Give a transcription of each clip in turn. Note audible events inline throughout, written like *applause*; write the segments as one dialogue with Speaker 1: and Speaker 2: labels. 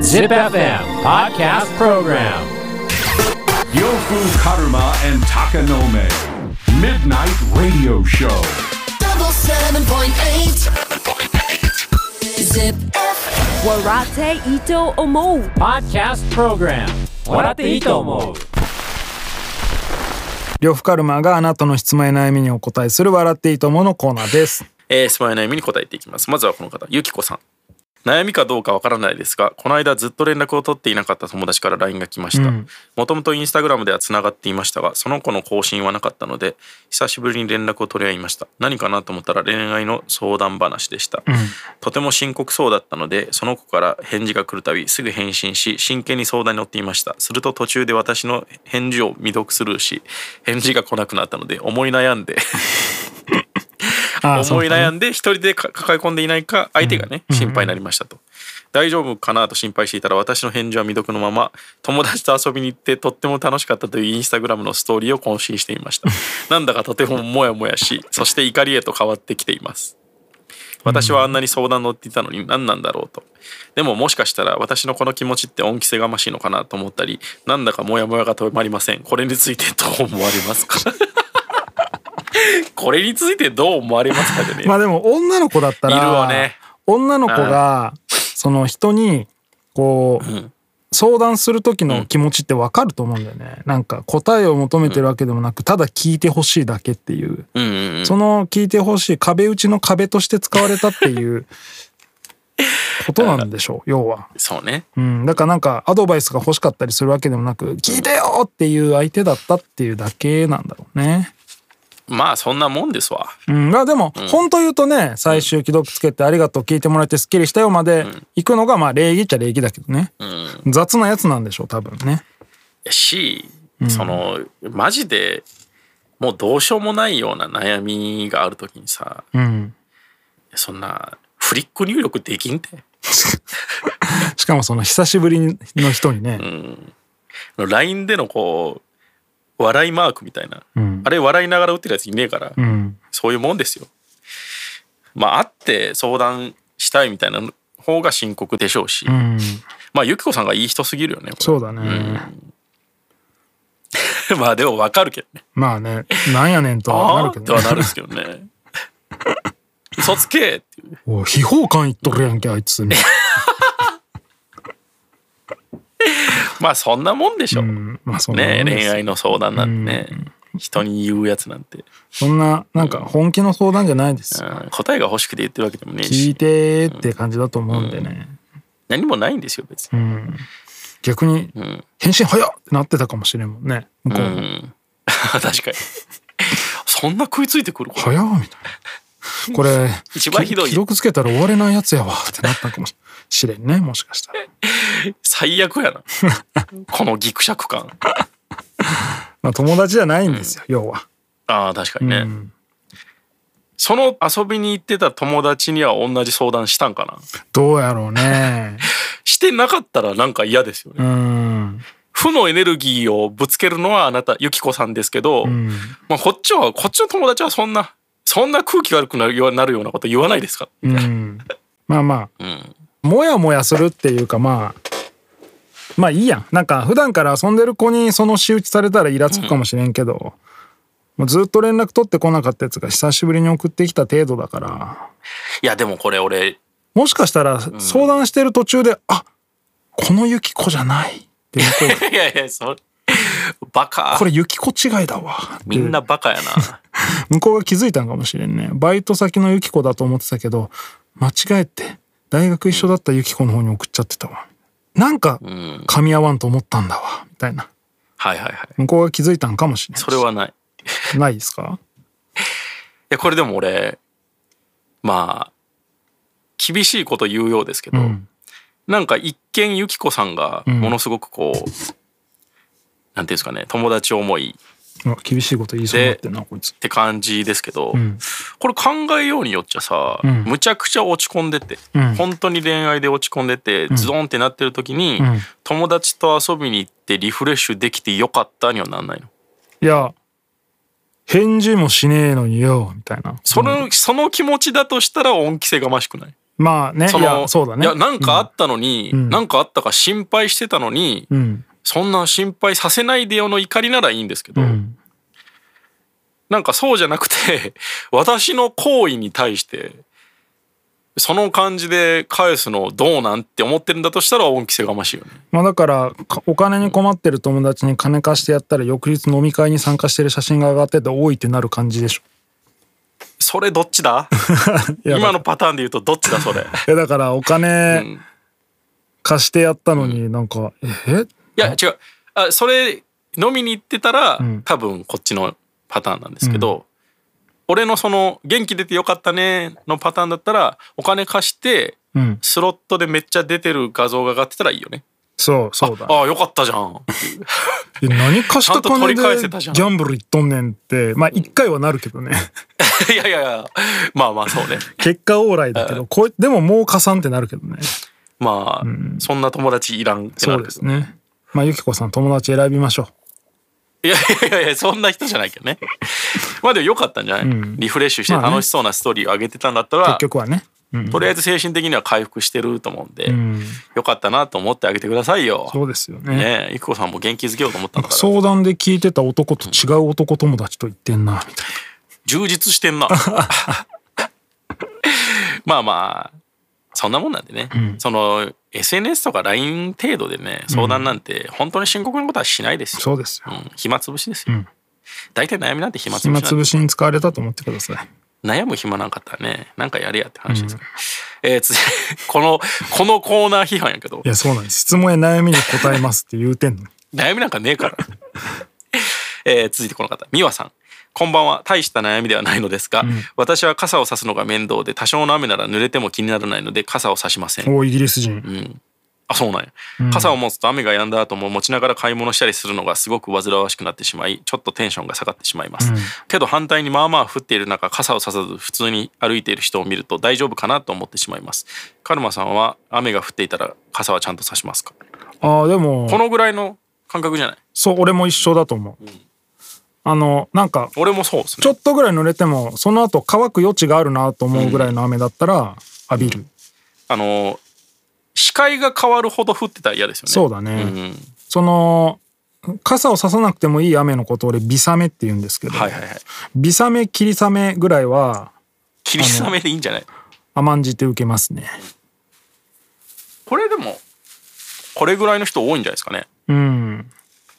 Speaker 1: Zip FM Podcast Program
Speaker 2: Yofu Karuma and Takanome. Midnight Radio Show.
Speaker 3: double seven point eight. Zip.
Speaker 4: Warate Ito Omo
Speaker 1: Podcast Program 笑っていいと思う
Speaker 5: 呂布カルマがあなたの質問や悩みにお答えする笑っていいと思うのコーナーです。
Speaker 6: えー、質問や悩みに答えていきますまずはこの方ゆきこさん悩みかどうかわからないですがこの間ずっと連絡を取っていなかった友達から LINE が来ましたもともとインスタグラムではつながっていましたがその子の更新はなかったので久しぶりに連絡を取り合いました何かなと思ったら恋愛の相談話でした、とても深刻そうだったのでその子から返事が来るたびすぐ返信し真剣に相談に乗っていましたすると途中で私の返事を未読スルーし返事が来なくなったので思い悩んで
Speaker 5: あ
Speaker 6: 思い悩
Speaker 5: ん
Speaker 6: んで一人でか抱え込んでいないか相手がね心配になりましたと、大丈夫かなと心配していたら私の返事は未読のまま友達と遊びに行ってとっても楽しかったというインスタグラムのストーリーを更新していましたなんだかとてもモヤモヤしそして怒りへと変わってきています私はあんなに相談乗っていたのに何なんだろうとでももしかしたら私のこの気持ちって恩着せがましいのかなと思ったりなんだかモヤモヤが止まりませんこれについてどう思われますか *laughs* これについてどう思われますかじゃねえ
Speaker 5: まあでも女の子だったら
Speaker 6: いるわね
Speaker 5: 女の子がその人にこう、相談する時の気持ちってわかると思うんだよね。なんか答えを求めてるわけでもなくただ聞いてほしいだけっていう、
Speaker 6: うんうんうん
Speaker 5: その聞いてほしい壁打ちの壁として使われたっていうことなんでしょう要は。
Speaker 6: そうね。
Speaker 5: うん、だからなんかアドバイスが欲しかったりするわけでもなく「聞いてよ!」っていう相手だったっていうだけなんだろうね。
Speaker 6: まあそんなもんですわ。
Speaker 5: うん、まあでも本当言うとね最終既読つけて「ありがとう聞いてもらえてすっきりしたよ」まで行くのがまあ礼儀っちゃ礼儀だけどね
Speaker 6: うん。
Speaker 5: 雑なやつなんでしょう多分ね。
Speaker 6: やし、そのマジでもうどうしようもないような悩みがあるときにさ、
Speaker 5: うん、
Speaker 6: そんなフリック入力できんて。
Speaker 5: しかもその久しぶりの人にね、
Speaker 6: LINE でのこう笑いマークみたいな、
Speaker 5: ん
Speaker 6: あれ笑いながら打ってるやついねえから、
Speaker 5: うん
Speaker 6: そういうもんですよ。まあ会って相談したいみたいな方が深刻でしょうし、
Speaker 5: うん、
Speaker 6: まあゆきこさんがいい人すぎるよね。これ
Speaker 5: そうだね、
Speaker 6: *laughs* まあでもわかるけどね。
Speaker 5: まあねなんやねんとは
Speaker 6: あ
Speaker 5: な
Speaker 6: あ
Speaker 5: る
Speaker 6: っ
Speaker 5: け
Speaker 6: て
Speaker 5: ど
Speaker 6: は
Speaker 5: ね
Speaker 6: なるんですけどね。嘘つけっていう。
Speaker 5: おい秘宝感言っとるやんけあいつ、
Speaker 6: まあそんなもんでしょ。
Speaker 5: うん、まあそんなもん
Speaker 6: ね
Speaker 5: です
Speaker 6: 恋愛の相談なんてね。人に言うやつなんて、
Speaker 5: そんななんか本気の相談じゃないですよ
Speaker 6: うん答えが欲しくて言ってるわけでもねえ
Speaker 5: 聞い
Speaker 6: して
Speaker 5: ーって感じだと思うんでね、
Speaker 6: 何もないんですよ別に、
Speaker 5: 逆に
Speaker 6: ん *laughs*
Speaker 5: 返信早っってなってたかもしれんもんね向こうも、
Speaker 6: うん、確かにそんな食いついてくること
Speaker 5: 早っみたいなこれ
Speaker 6: *laughs* 一番ひどい
Speaker 5: 記録つけたら終われないやつやわってなったかもしれん
Speaker 6: *laughs*
Speaker 5: ねもしかしたら
Speaker 6: 最悪
Speaker 5: *laughs*
Speaker 6: やなこのギクシャク感
Speaker 5: まあ友達じゃないんですよ、要は、
Speaker 6: ああ確か
Speaker 5: う
Speaker 6: にね、
Speaker 5: ん、
Speaker 6: その遊びに行ってた友達には同じ相談したんかな
Speaker 5: どうやろう
Speaker 6: *laughs*
Speaker 5: ね
Speaker 6: してなかったらなんか嫌ですよね
Speaker 5: うん
Speaker 6: 負のエネルギーをぶつけるのはあなたゆきこさんですけど、
Speaker 5: うん
Speaker 6: まあ、こっちはこっちの友達はそんなそんな空気悪くなるようなるようなこと言わないですか
Speaker 5: うんまあまあ
Speaker 6: ら、うん、
Speaker 5: もやもやするっていうかまあまあいいやんなんか普段から遊んでる子にその仕打ちされたらイラつくかもしれんけど、もうずっと連絡取ってこなかったやつが久しぶりに送ってきた程度だから
Speaker 6: いやでもこれ俺 *laughs*
Speaker 5: もしかしたら相談してる途中で、あこのユキコじゃないって向
Speaker 6: *laughs*
Speaker 5: こうが
Speaker 6: いやいやそれバカ
Speaker 5: これユキコ違いだわって
Speaker 6: みんなバカやな
Speaker 5: 向こうが気づいたんかもしれんねバイト先のユキコだと思ってたけど間違えて大学一緒だったユキコの方に送っちゃってたわなんか
Speaker 6: うん
Speaker 5: 噛み合わんと思ったんだわみたいな
Speaker 6: はいはいはい
Speaker 5: 向こうが気づいたんかもしれない
Speaker 6: それはないい
Speaker 5: ないですか
Speaker 6: やこれでも俺まあ厳しいこと言うようですけど、
Speaker 5: うん
Speaker 6: なんか一見ゆきこさんがものすごくこう、なんていうんですかね友達思い
Speaker 5: あ厳しいこと言いそうになってんなこいつ
Speaker 6: って感じですけど、
Speaker 5: ん
Speaker 6: これ考えようによっちゃさ、
Speaker 5: ん
Speaker 6: むちゃくちゃ落ち込んでて、
Speaker 5: うん
Speaker 6: 本当に恋愛で落ち込んでて、ズドンってなってる時に、
Speaker 5: ん
Speaker 6: 友達と遊びに行ってリフレッシュできてよかったにはなんないの
Speaker 5: いや返事もしねえのによみたいな
Speaker 6: その,、その気持ちだとしたら恩着せがましくない
Speaker 5: まあね
Speaker 6: そ
Speaker 5: い
Speaker 6: の
Speaker 5: やそうだね
Speaker 6: いやなんかあったのに、なんかあったか心配してたのに、
Speaker 5: うん
Speaker 6: そんな心配させないでよの怒りならいいんですけど、
Speaker 5: うん
Speaker 6: なんかそうじゃなくて *laughs* 私の行為に対してその感じで返すのどうなんって思ってるんだとしたら恩着せがましいよね。
Speaker 5: まあだからかお金に困ってる友達に金貸してやったら翌日飲み会に参加してる写真が上がってて多いってなる感じでしょ *laughs*
Speaker 6: それどっちだ
Speaker 5: いや
Speaker 6: 今のパターンで言うとどっちだ
Speaker 5: *laughs*
Speaker 6: それ。
Speaker 5: いやだからお
Speaker 6: う
Speaker 5: 金
Speaker 6: ん
Speaker 5: 貸してやったのになんか、え
Speaker 6: いや違うあそれ飲みに行ってたら、
Speaker 5: ん
Speaker 6: 多分こっちのパターンなんですけど、俺のその「元気出てよかったね」のパターンだったらお金貸して
Speaker 5: うん
Speaker 6: スロットでめっちゃ出てる画像が上がってたらいいよね。
Speaker 5: そうそうだ
Speaker 6: ああよかったじゃん。 *laughs*
Speaker 5: いや何貸した金で
Speaker 6: ちゃんと取り
Speaker 5: ギ
Speaker 6: 返せたじゃん
Speaker 5: ャンブル行っとんねんってまあ一回はなるけどね
Speaker 6: いやいやいやまあまあそうね。
Speaker 5: 結果オーライだけどこうでももう加算ってなるけどね
Speaker 6: まあ、そんな友達いらんって
Speaker 5: そ
Speaker 6: な
Speaker 5: う
Speaker 6: る
Speaker 5: で
Speaker 6: けど
Speaker 5: すねまあゆきこさん友達選びましょ
Speaker 6: いやいやいやそんな人じゃないけどね。まあでもよかったんじゃない、
Speaker 5: うん
Speaker 6: リフレッシュして
Speaker 5: まあね
Speaker 6: 楽しそうなストーリーを上げてたんだった
Speaker 5: う
Speaker 6: ら、
Speaker 5: 結局はね
Speaker 6: とりあえず精神的には回復してると思うんで、
Speaker 5: ん
Speaker 6: よかったなと思ってあげてくださいよ。
Speaker 5: そうですよね
Speaker 6: ねえ、ゆきこさんも元気づけようと思ったんだから。
Speaker 5: 相談で聞いてた男と違う男友達と言ってんなみたい
Speaker 6: 充実して
Speaker 5: *laughs*
Speaker 6: んな。まあまあ、そんなもんなんでね。その、SNS とか LINE 程度でね、相談なんて本当に深刻なことはしないです
Speaker 5: な
Speaker 6: よ。
Speaker 5: そうです
Speaker 6: う
Speaker 5: よ
Speaker 6: ん、暇つぶしですよ。大体悩みなんて暇つぶ
Speaker 5: 暇
Speaker 6: しな
Speaker 5: つ
Speaker 6: ん
Speaker 5: ぶ
Speaker 6: で
Speaker 5: しに使われたと思ってください
Speaker 6: 悩む暇なんかあったらねなんかやれやって話ですから、えー続いて *laughs* このこのコーナー批判やけど
Speaker 5: いやそうなんです質問や悩みに答えますって言うて *laughs* んのに
Speaker 6: 悩みなんかねえから。 *laughs* えー続いてこの方美和さんこんばんは大した悩みではないのですが、私は傘を差すのが面倒で多少の雨なら濡れても気にならないので傘を差しません
Speaker 5: おイギリス人
Speaker 6: あそうなんや、傘を持つと雨が止んだ後も持ちながら買い物したりするのがすごく煩わしくなってしまいちょっとテンションが下がってしまいます、けど反対にまあまあ降っている中傘をささず普通に歩いている人を見ると大丈夫かなと思ってしまいますカルマさんは雨が降っていたら傘はちゃんと差しますか
Speaker 5: ああでも
Speaker 6: このぐらいの感覚じゃない
Speaker 5: そう俺も一緒だと思うあのなんか
Speaker 6: 俺もそうですね
Speaker 5: ちょっとぐらい濡れてもその後乾く余地があるなと思うぐらいの雨だったら浴びる、
Speaker 6: あの視界が変わるほど降ってたら嫌ですよね。
Speaker 5: そうだね、
Speaker 6: うん、
Speaker 5: その傘をささなくてもいい雨のことを俺「美雨」って言うんですけど
Speaker 6: はいはいはい。
Speaker 5: 美雨霧雨ぐらいは
Speaker 6: 霧雨でいいんじゃない？
Speaker 5: 甘んじて受けますね
Speaker 6: これでもこれぐらいの人多いんじゃないですかね。
Speaker 5: うん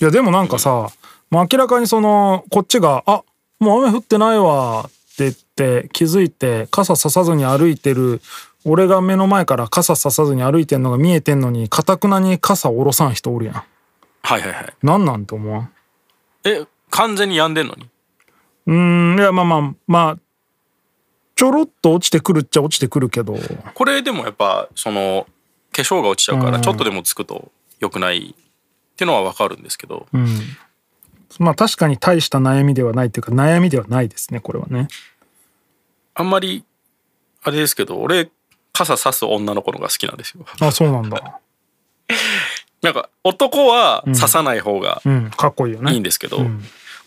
Speaker 5: いやでもなんかさ、もう明らかにそのこっちが「あもう雨降ってないわ」って言って気づいて傘ささずに歩いてる俺が目の前から傘ささずに歩いてんのが見えてんのにかたくなに傘下ろさん人おるやん。
Speaker 6: はいはいはい。
Speaker 5: なんなんて思わん
Speaker 6: え完全に止んでんのに。
Speaker 5: うーんいやまあまあまあちょろっと落ちてくるっちゃ落ちてくるけど
Speaker 6: これでもやっぱその化粧が落ちちゃうか
Speaker 5: う
Speaker 6: ら
Speaker 5: ん
Speaker 6: ちょっとでもつくと良くないっていうのはわかるんですけど、
Speaker 5: うんまあ確かに大した悩みではないというか悩みではないですねこれはね
Speaker 6: あんまりあれですけど、俺傘さす女の子のが好きなんですよ。
Speaker 5: あそうなんだ
Speaker 6: なんか男は刺さない方が
Speaker 5: うんかっこいいよね
Speaker 6: いいんですけど、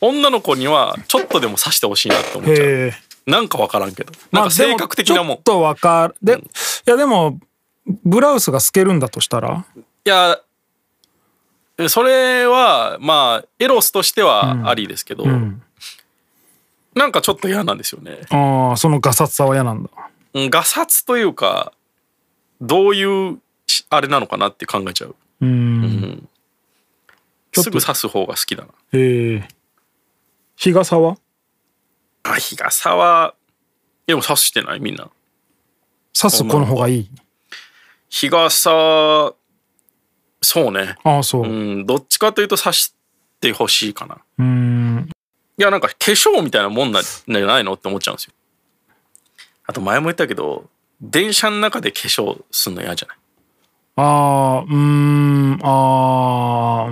Speaker 6: 女の子にはちょっとでも刺してほしいなって思っちゃう。
Speaker 5: へえ
Speaker 6: なんかわからんけど。なんか性格的なもん。
Speaker 5: ちょっとわかるで、いやでもブラウスが透けるんだとしたら
Speaker 6: いや、それは、まあ、エロスとしてはありですけど、
Speaker 5: ん
Speaker 6: なんかちょっと嫌なんですよね。
Speaker 5: ああそのガサツさは嫌なんだ
Speaker 6: うんガサツというか、どういうし、あれなのかなって考えちゃう。
Speaker 5: うん
Speaker 6: ん
Speaker 5: ちょっと
Speaker 6: すぐ刺す方が好きだな。
Speaker 5: へえ日傘は
Speaker 6: あ、日傘は、でも刺してないみんな。
Speaker 5: 刺す子の方がいい
Speaker 6: 日傘、そうね。、
Speaker 5: ああそうううん
Speaker 6: どっちかというと刺してほしいかな。
Speaker 5: ーん
Speaker 6: いやなんか化粧みたいなもんなんじゃないのって思っちゃうんですよあと前も言ったけど電車の中で化粧すんの嫌じゃない
Speaker 5: ああうーんあーうー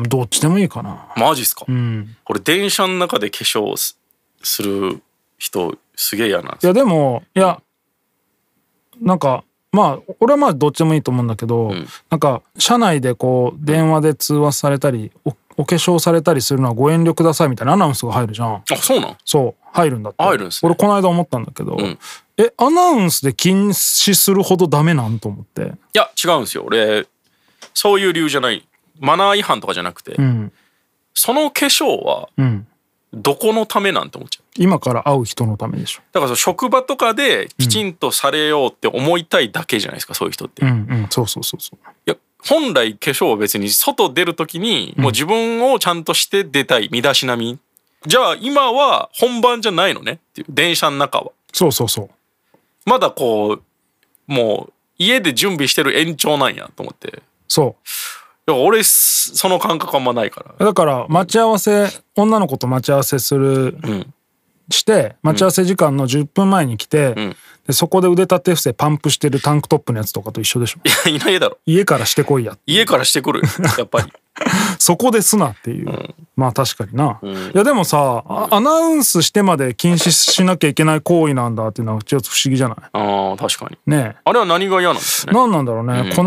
Speaker 5: んどっちでもいいかな
Speaker 6: マジっすか、
Speaker 5: うん
Speaker 6: 俺電車の中で化粧すする人すげえ嫌なんです
Speaker 5: いや
Speaker 6: よ
Speaker 5: でもいやなんかまあ俺はまあどっちでもいいと思うんだけど、
Speaker 6: ん
Speaker 5: なんか車内でこう電話で通話されたりおお化粧されたりするのはご遠慮くださいみたいなアナウンスが入るじゃん。
Speaker 6: あそうなん
Speaker 5: そう入るんだって
Speaker 6: 入るんすね
Speaker 5: 俺この間思ったんだけど、
Speaker 6: ん
Speaker 5: えアナウンスで禁止するほどダメなんと思って
Speaker 6: いや違うんですよ俺そういう理由じゃないマナー違反とかじゃなくて、
Speaker 5: ん
Speaker 6: その化粧は
Speaker 5: うん
Speaker 6: どこのためなんて思っちゃう
Speaker 5: 今から会う人のためでしょ
Speaker 6: だからその職場とかできちんとされようって思いたいだけじゃないですかそういう人って、
Speaker 5: う
Speaker 6: い
Speaker 5: んうんそうそうそうそう
Speaker 6: や本来化粧は別に外出る時にもう自分をちゃんとして出たい身だしなみじゃあ今は本番じゃないのねっていう電車の中は
Speaker 5: そうそうそう
Speaker 6: まだこうもう家で準備してる延長なんやと思ってい
Speaker 5: そ
Speaker 6: や俺すその感覚あんまないから
Speaker 5: うだから待ち合わせ女の子と待ち合わせする、
Speaker 6: ん
Speaker 5: して待ち合わせ時間の10分前に来て、
Speaker 6: ん
Speaker 5: でそこで腕立て伏せパンプしてるタンクトップのやつとかと一緒でしょ
Speaker 6: いないだろ
Speaker 5: 家からしてこいや
Speaker 6: 家からし
Speaker 5: *laughs*
Speaker 6: てくるよやっぱり
Speaker 5: そこですなっていう、まあ確かにな、いやでもさ、あアナウンスしてまで禁止しなきゃいけない行為なんだっていうのはちょっと不思議じゃない
Speaker 6: ああ確かに
Speaker 5: ね
Speaker 6: あれは何が嫌なんです
Speaker 5: え、
Speaker 6: かね
Speaker 5: 何なんだろうね、粉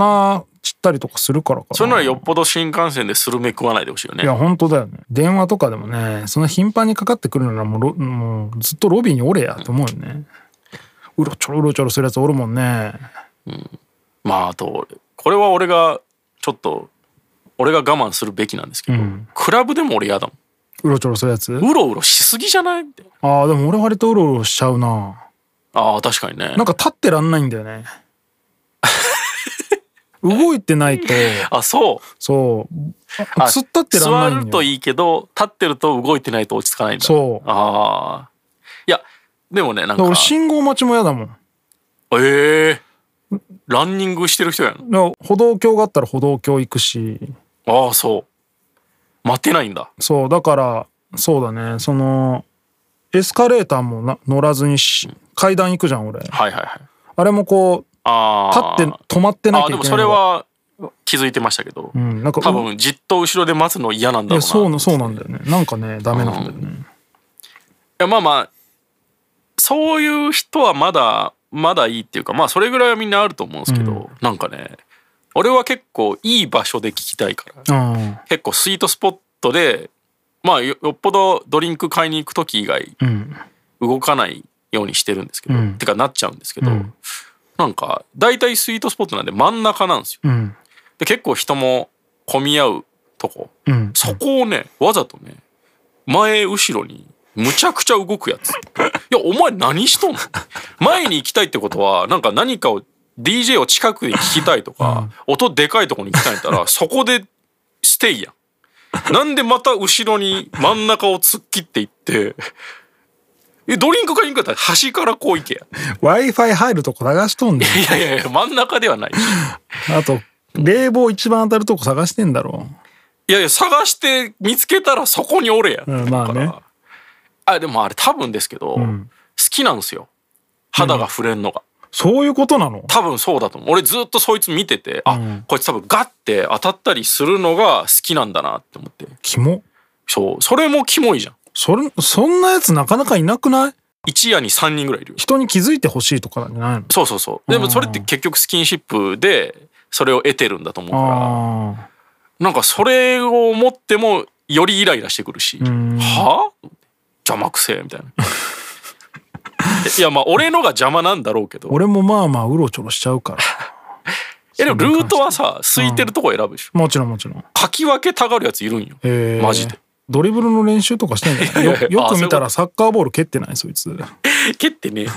Speaker 5: 散ったりとかするからかな
Speaker 6: それならよっぽど新幹線でスルメ食わないでほしいよね
Speaker 5: いや本当だよね電話とかでもねそんな頻繁にかかってくるならもうロもうずっとロビーにおれやと思うよね、うろちょろうろちょろするやつおるもんね
Speaker 6: まああとこれは俺がちょっと俺が我慢するべきなんですけど、クラブでも俺嫌だも
Speaker 5: うろちょろするやつ
Speaker 6: んうろうろしすぎじゃないみたいな
Speaker 5: ああでも俺割とうろうろしちゃうな
Speaker 6: ああ確かにね
Speaker 5: なんか立ってらんないんだよ
Speaker 6: *laughs*
Speaker 5: ね動いてないと
Speaker 6: あそう
Speaker 5: そう
Speaker 6: あ
Speaker 5: 突っ立ってらんないんよ
Speaker 6: 座るといいけど立ってると動いてないと落ち着かないんだ
Speaker 5: そう
Speaker 6: ああいやでもねな
Speaker 5: だ
Speaker 6: ん
Speaker 5: から
Speaker 6: か
Speaker 5: 俺信号待ちも嫌だもんだか
Speaker 6: ええランニングしてる人やん
Speaker 5: ら歩道橋があったら歩道橋行くし
Speaker 6: ああそう待てないんだ
Speaker 5: そうだからそうだねそのエスカレーターもな乗らずにし階段行くじゃん俺
Speaker 6: はいはいはい
Speaker 5: あれもこう立
Speaker 6: ああ
Speaker 5: って止まってなきゃい
Speaker 6: あ
Speaker 5: け
Speaker 6: で
Speaker 5: ない
Speaker 6: もそれは気づいてましたけど、
Speaker 5: うんなんか
Speaker 6: 多
Speaker 5: い
Speaker 6: 分じっと後ろで待つの嫌なんだろ
Speaker 5: や
Speaker 6: うな
Speaker 5: そうなそうなんだよねなんかねダメなんだよね、
Speaker 6: いやまあまあそういう人はまだまだいいっていうかまあそれぐらいはみんなあると思うんですけど、なんかね俺は結構いい場所で聞きたいから
Speaker 5: うん
Speaker 6: 結構スイートスポットでまあよよっぽどドリンク買いに行く時以外
Speaker 5: うん
Speaker 6: 動かないようにしてるんですけど、
Speaker 5: うん
Speaker 6: てかなっちゃうんですけど、
Speaker 5: うん
Speaker 6: なんか大体スイートスポットなんで真ん中なんですよ。
Speaker 5: うん
Speaker 6: で結構人も混み合うとこ
Speaker 5: うん
Speaker 6: そこをねわざとね前後ろにむちゃくちゃ動くやついやお前何しとんの前に行きたいってことはなんか何かを DJ を近くで聞きたいとか、音でかいとこに行きたいんだった *laughs* らそこでステイやんなんでまた後ろに真ん中を突っ切っていってえドリンク買いに行くんだったら端からこう行けや
Speaker 5: w i f i 入るとこ探しとんね
Speaker 6: いやいやいや真ん中ではない
Speaker 5: んあと冷房一番当たるとこ探してんだろ
Speaker 6: いやいや探して見つけたらそこにおれや、
Speaker 5: うんまあね
Speaker 6: だからあでもあれ多分ですけど、好きなんですよ肌が触れんのが、
Speaker 5: そういうことなの
Speaker 6: 多分そうだと思う俺ずっとそいつ見てて、あこいつ多分ガッて当たったりするのが好きなんだなって思って
Speaker 5: キモ
Speaker 6: そうそれもキモいじゃん
Speaker 5: それそんなやつなかなかいなくない
Speaker 6: 一夜に3人ぐらいいるよ
Speaker 5: 人に気づいてほしいとかなんじゃないの
Speaker 6: そうそうそうでもそれって結局スキンシップでそれを得てるんだと思うから
Speaker 5: ああ
Speaker 6: なんかそれを思ってもよりイライラしてくるし、
Speaker 5: ん
Speaker 6: はあ邪魔くせえみたい
Speaker 5: *laughs*
Speaker 6: ないやまあ俺のが邪魔なんだろうけど
Speaker 5: 俺もまあまあうろちょろしちゃうから
Speaker 6: いやでもルートはさ空いてるとこ選ぶでしょ
Speaker 5: もちろんもちろん
Speaker 6: かき分けたがるやついるんよ
Speaker 5: へー
Speaker 6: マジで
Speaker 5: ドリブルの練習とかしてんじゃ
Speaker 6: *laughs*
Speaker 5: ない
Speaker 6: いや
Speaker 5: よ
Speaker 6: いや
Speaker 5: よ
Speaker 6: あ
Speaker 5: く見た
Speaker 6: そういうこと
Speaker 5: らサッカーボール蹴ってないそいつ
Speaker 6: 蹴って
Speaker 5: *laughs*
Speaker 6: ねえ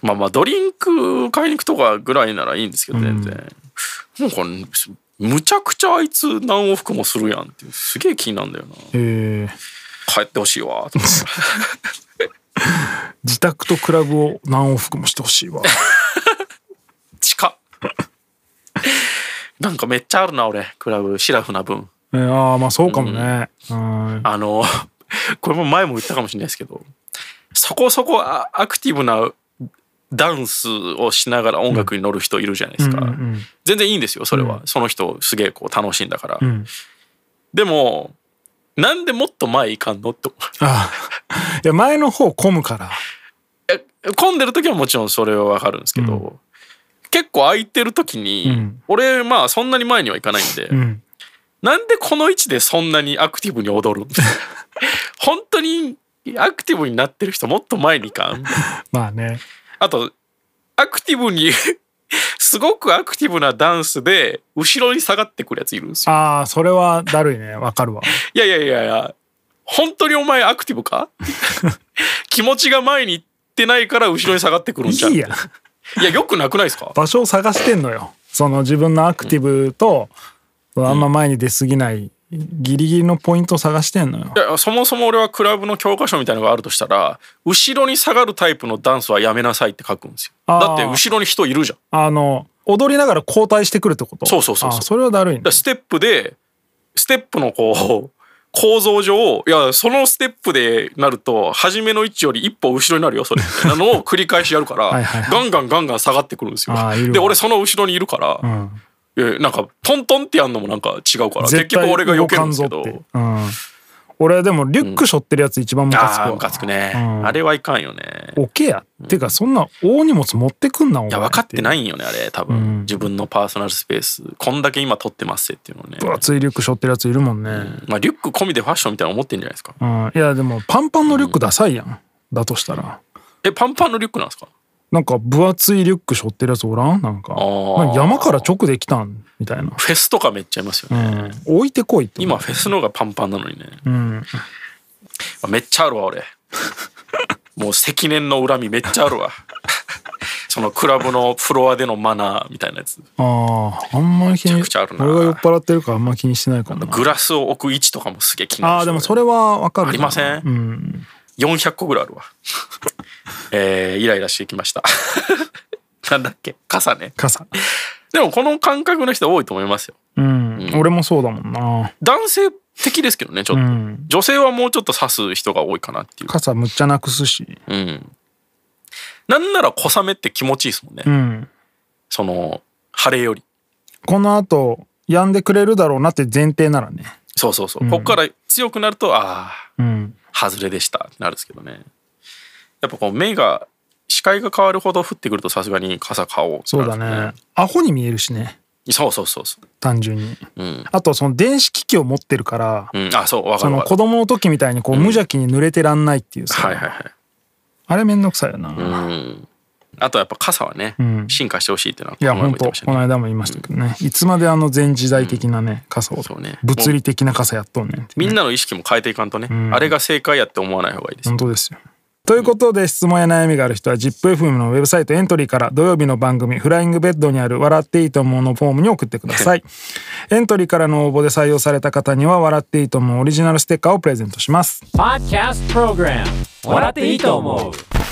Speaker 6: まあまあドリンク買いに行くとかぐらいならいいんですけど全然、なんかむちゃくちゃあいつ何往復もするやんっていうすげえ気になんだよな
Speaker 5: へー
Speaker 6: 帰ってほしい
Speaker 5: *laughs*
Speaker 6: わと思って
Speaker 5: 自宅とクラブを何往復もしてほしいわ *laughs*
Speaker 6: 近っなんかめっちゃあるな俺クラブシラフな分
Speaker 5: えーああまあそうかもねうん
Speaker 6: あの *laughs* これも前も言ったかもしれないですけどそこそこあアクティブなダンスをしながら音楽に乗る人いるじゃないですか、全然いいんですよそれは、その人すげえこう楽しいんだから、
Speaker 5: ん
Speaker 6: でもなんでもっと前行かんのって思う
Speaker 5: ああいや前の方混むから
Speaker 6: 混んでる時はもちろんそれはわかるんですけど、結構空いてる時に、
Speaker 5: ん
Speaker 6: 俺まあそんなに前には行かないんで、
Speaker 5: うん
Speaker 6: なんでこの位置でそんなにアクティブに踊るん本当にアクティブになってる人もっと前にいかん
Speaker 5: まあね
Speaker 6: あとアクティブにすごくアクティブなダンスで後ろに下がってくるやついるんですよ
Speaker 5: ああそれはだるいねわかるわ
Speaker 6: いやいやいやいや本当にお前アクティ
Speaker 5: *laughs*
Speaker 6: ブか気持ちが前に行ってないから後ろに下がってくるんじゃん
Speaker 5: いいや
Speaker 6: いやよくなくないですか
Speaker 5: 場所を探してんのよその自分のアクティブと、あんま前に出過ぎないギリギリのポイントを探してんのよ
Speaker 6: いやそもそも俺はクラブの教科書みたいなのがあるとしたら後ろに下がるタイプのダンスはやめなさいって書くんですよ
Speaker 5: あー
Speaker 6: だって後ろに人いるじゃんだ
Speaker 5: あの踊りながら交代してくるってこと
Speaker 6: そうそうそうそ
Speaker 5: あ
Speaker 6: う
Speaker 5: ーそれはだるいね
Speaker 6: からステップでステップのこう構造上いやそのステップでなると初めの位置より一歩後ろになるよそれみたいなのを繰り返しやるから
Speaker 5: *laughs* はいはいはい
Speaker 6: ガンガンガンガン下がってくるんですよ
Speaker 5: あーいるわ
Speaker 6: で俺その後ろにいるから、
Speaker 5: うん
Speaker 6: いやなんかトントンってやんのもなんか違うから結局俺が避けるんですけど
Speaker 5: 絶対動かんぞってうん、俺でもリュック背負ってるやつ一番ムカつく
Speaker 6: あ
Speaker 5: わ
Speaker 6: あムカつくね、
Speaker 5: うん
Speaker 6: あれはいかんよね
Speaker 5: おけやてかそんな大荷物持ってくんなお前
Speaker 6: いや分かってないいんよねあれ多分、
Speaker 5: うん
Speaker 6: 自分のパーソナルスペースこんだけ今撮ってますっていうのをね、
Speaker 5: 分厚いリュック背負ってるやついるもんね、
Speaker 6: まあ、リュック込みでファッションみたいなの思ってんじゃないですか
Speaker 5: うん、いやでもパンパンのリュックダサいやん、だとしたら
Speaker 6: えパンパンのリュックなんですか
Speaker 5: なんか分厚いリュック背負ってるやつおらんなんか
Speaker 6: ー
Speaker 5: なんか山から直で来たんみたいな、
Speaker 6: フェスとかめっちゃいますよね、
Speaker 5: うん、置いてこいって
Speaker 6: 今フェスの方がパンパンなのにね、
Speaker 5: うん
Speaker 6: まあめっちゃある
Speaker 5: *laughs*
Speaker 6: わ俺もう積年の恨みめっちゃあるわ *laughs* そのクラブのフロアでのマナーみたいなやつ
Speaker 5: あああんまり気に
Speaker 6: めちゃくちゃあるな
Speaker 5: 俺が酔っ払ってるからあんま気にしてないかもな
Speaker 6: グラスを置く位置とかもすげえ気になる
Speaker 5: ああでもそれは分かるな
Speaker 6: ありません
Speaker 5: うん
Speaker 6: 400個ぐらいあるわ *laughs* えー、イライラしてきました *laughs* なんだっけ傘ね
Speaker 5: 傘
Speaker 6: でもこの感覚の人多いと思いますよ
Speaker 5: うん、俺もそうだもんな
Speaker 6: 男性的ですけどねちょっ
Speaker 5: う
Speaker 6: と、
Speaker 5: ん
Speaker 6: 女性はもうちょっと刺す人が多いかなっていう
Speaker 5: 傘むっちゃなくすし
Speaker 6: うんなんなら小雨って気持ちいいですもんね、
Speaker 5: うん
Speaker 6: その晴れより
Speaker 5: このあと止んでくれるだろうなって前提ならね
Speaker 6: そうそうそう、ここから強くなるとあ
Speaker 5: うん
Speaker 6: あ外れでしたってなるんですけどねやっぱこう目が視界が変わるほど降ってくるとさすがに傘買おうって
Speaker 5: そ
Speaker 6: な
Speaker 5: う
Speaker 6: る
Speaker 5: だ
Speaker 6: んですよ
Speaker 5: ねアホに見えるしね
Speaker 6: そうそうそうそう
Speaker 5: 単純に
Speaker 6: うん、
Speaker 5: あとその電子機器を持ってるから
Speaker 6: うん、あそうわか
Speaker 5: そ
Speaker 6: る
Speaker 5: の
Speaker 6: わか
Speaker 5: 子
Speaker 6: る
Speaker 5: 供の時みたいにこう無邪気に濡れてらんないっていうさ、
Speaker 6: はいはいはい
Speaker 5: あれめんどくさいよな、い
Speaker 6: うんあとやっぱ傘はね、
Speaker 5: ん
Speaker 6: 進化してほしいっていうのは
Speaker 5: や
Speaker 6: この前
Speaker 5: ほん
Speaker 6: も言
Speaker 5: と
Speaker 6: ってました
Speaker 5: この間も言いましたけどねいつまであの前時代的なね傘を
Speaker 6: そうね
Speaker 5: 物理的な傘やっとんねんって
Speaker 6: みんなの意識も変えていかんとね、
Speaker 5: ん
Speaker 6: あれが正解やって思わない方がいいです、
Speaker 5: 本当ですよ。ということで質問や悩みがある人は ZIPFM のウェブサイトエントリーから土曜日の番組「フライングベッド」にある「笑っていいと思う」のフォームに送ってくださいエントリーからの応募で採用された方には「笑っていいと思う」オリジナルステッカーをプレゼントします
Speaker 1: Podcast Program 笑っていいと思う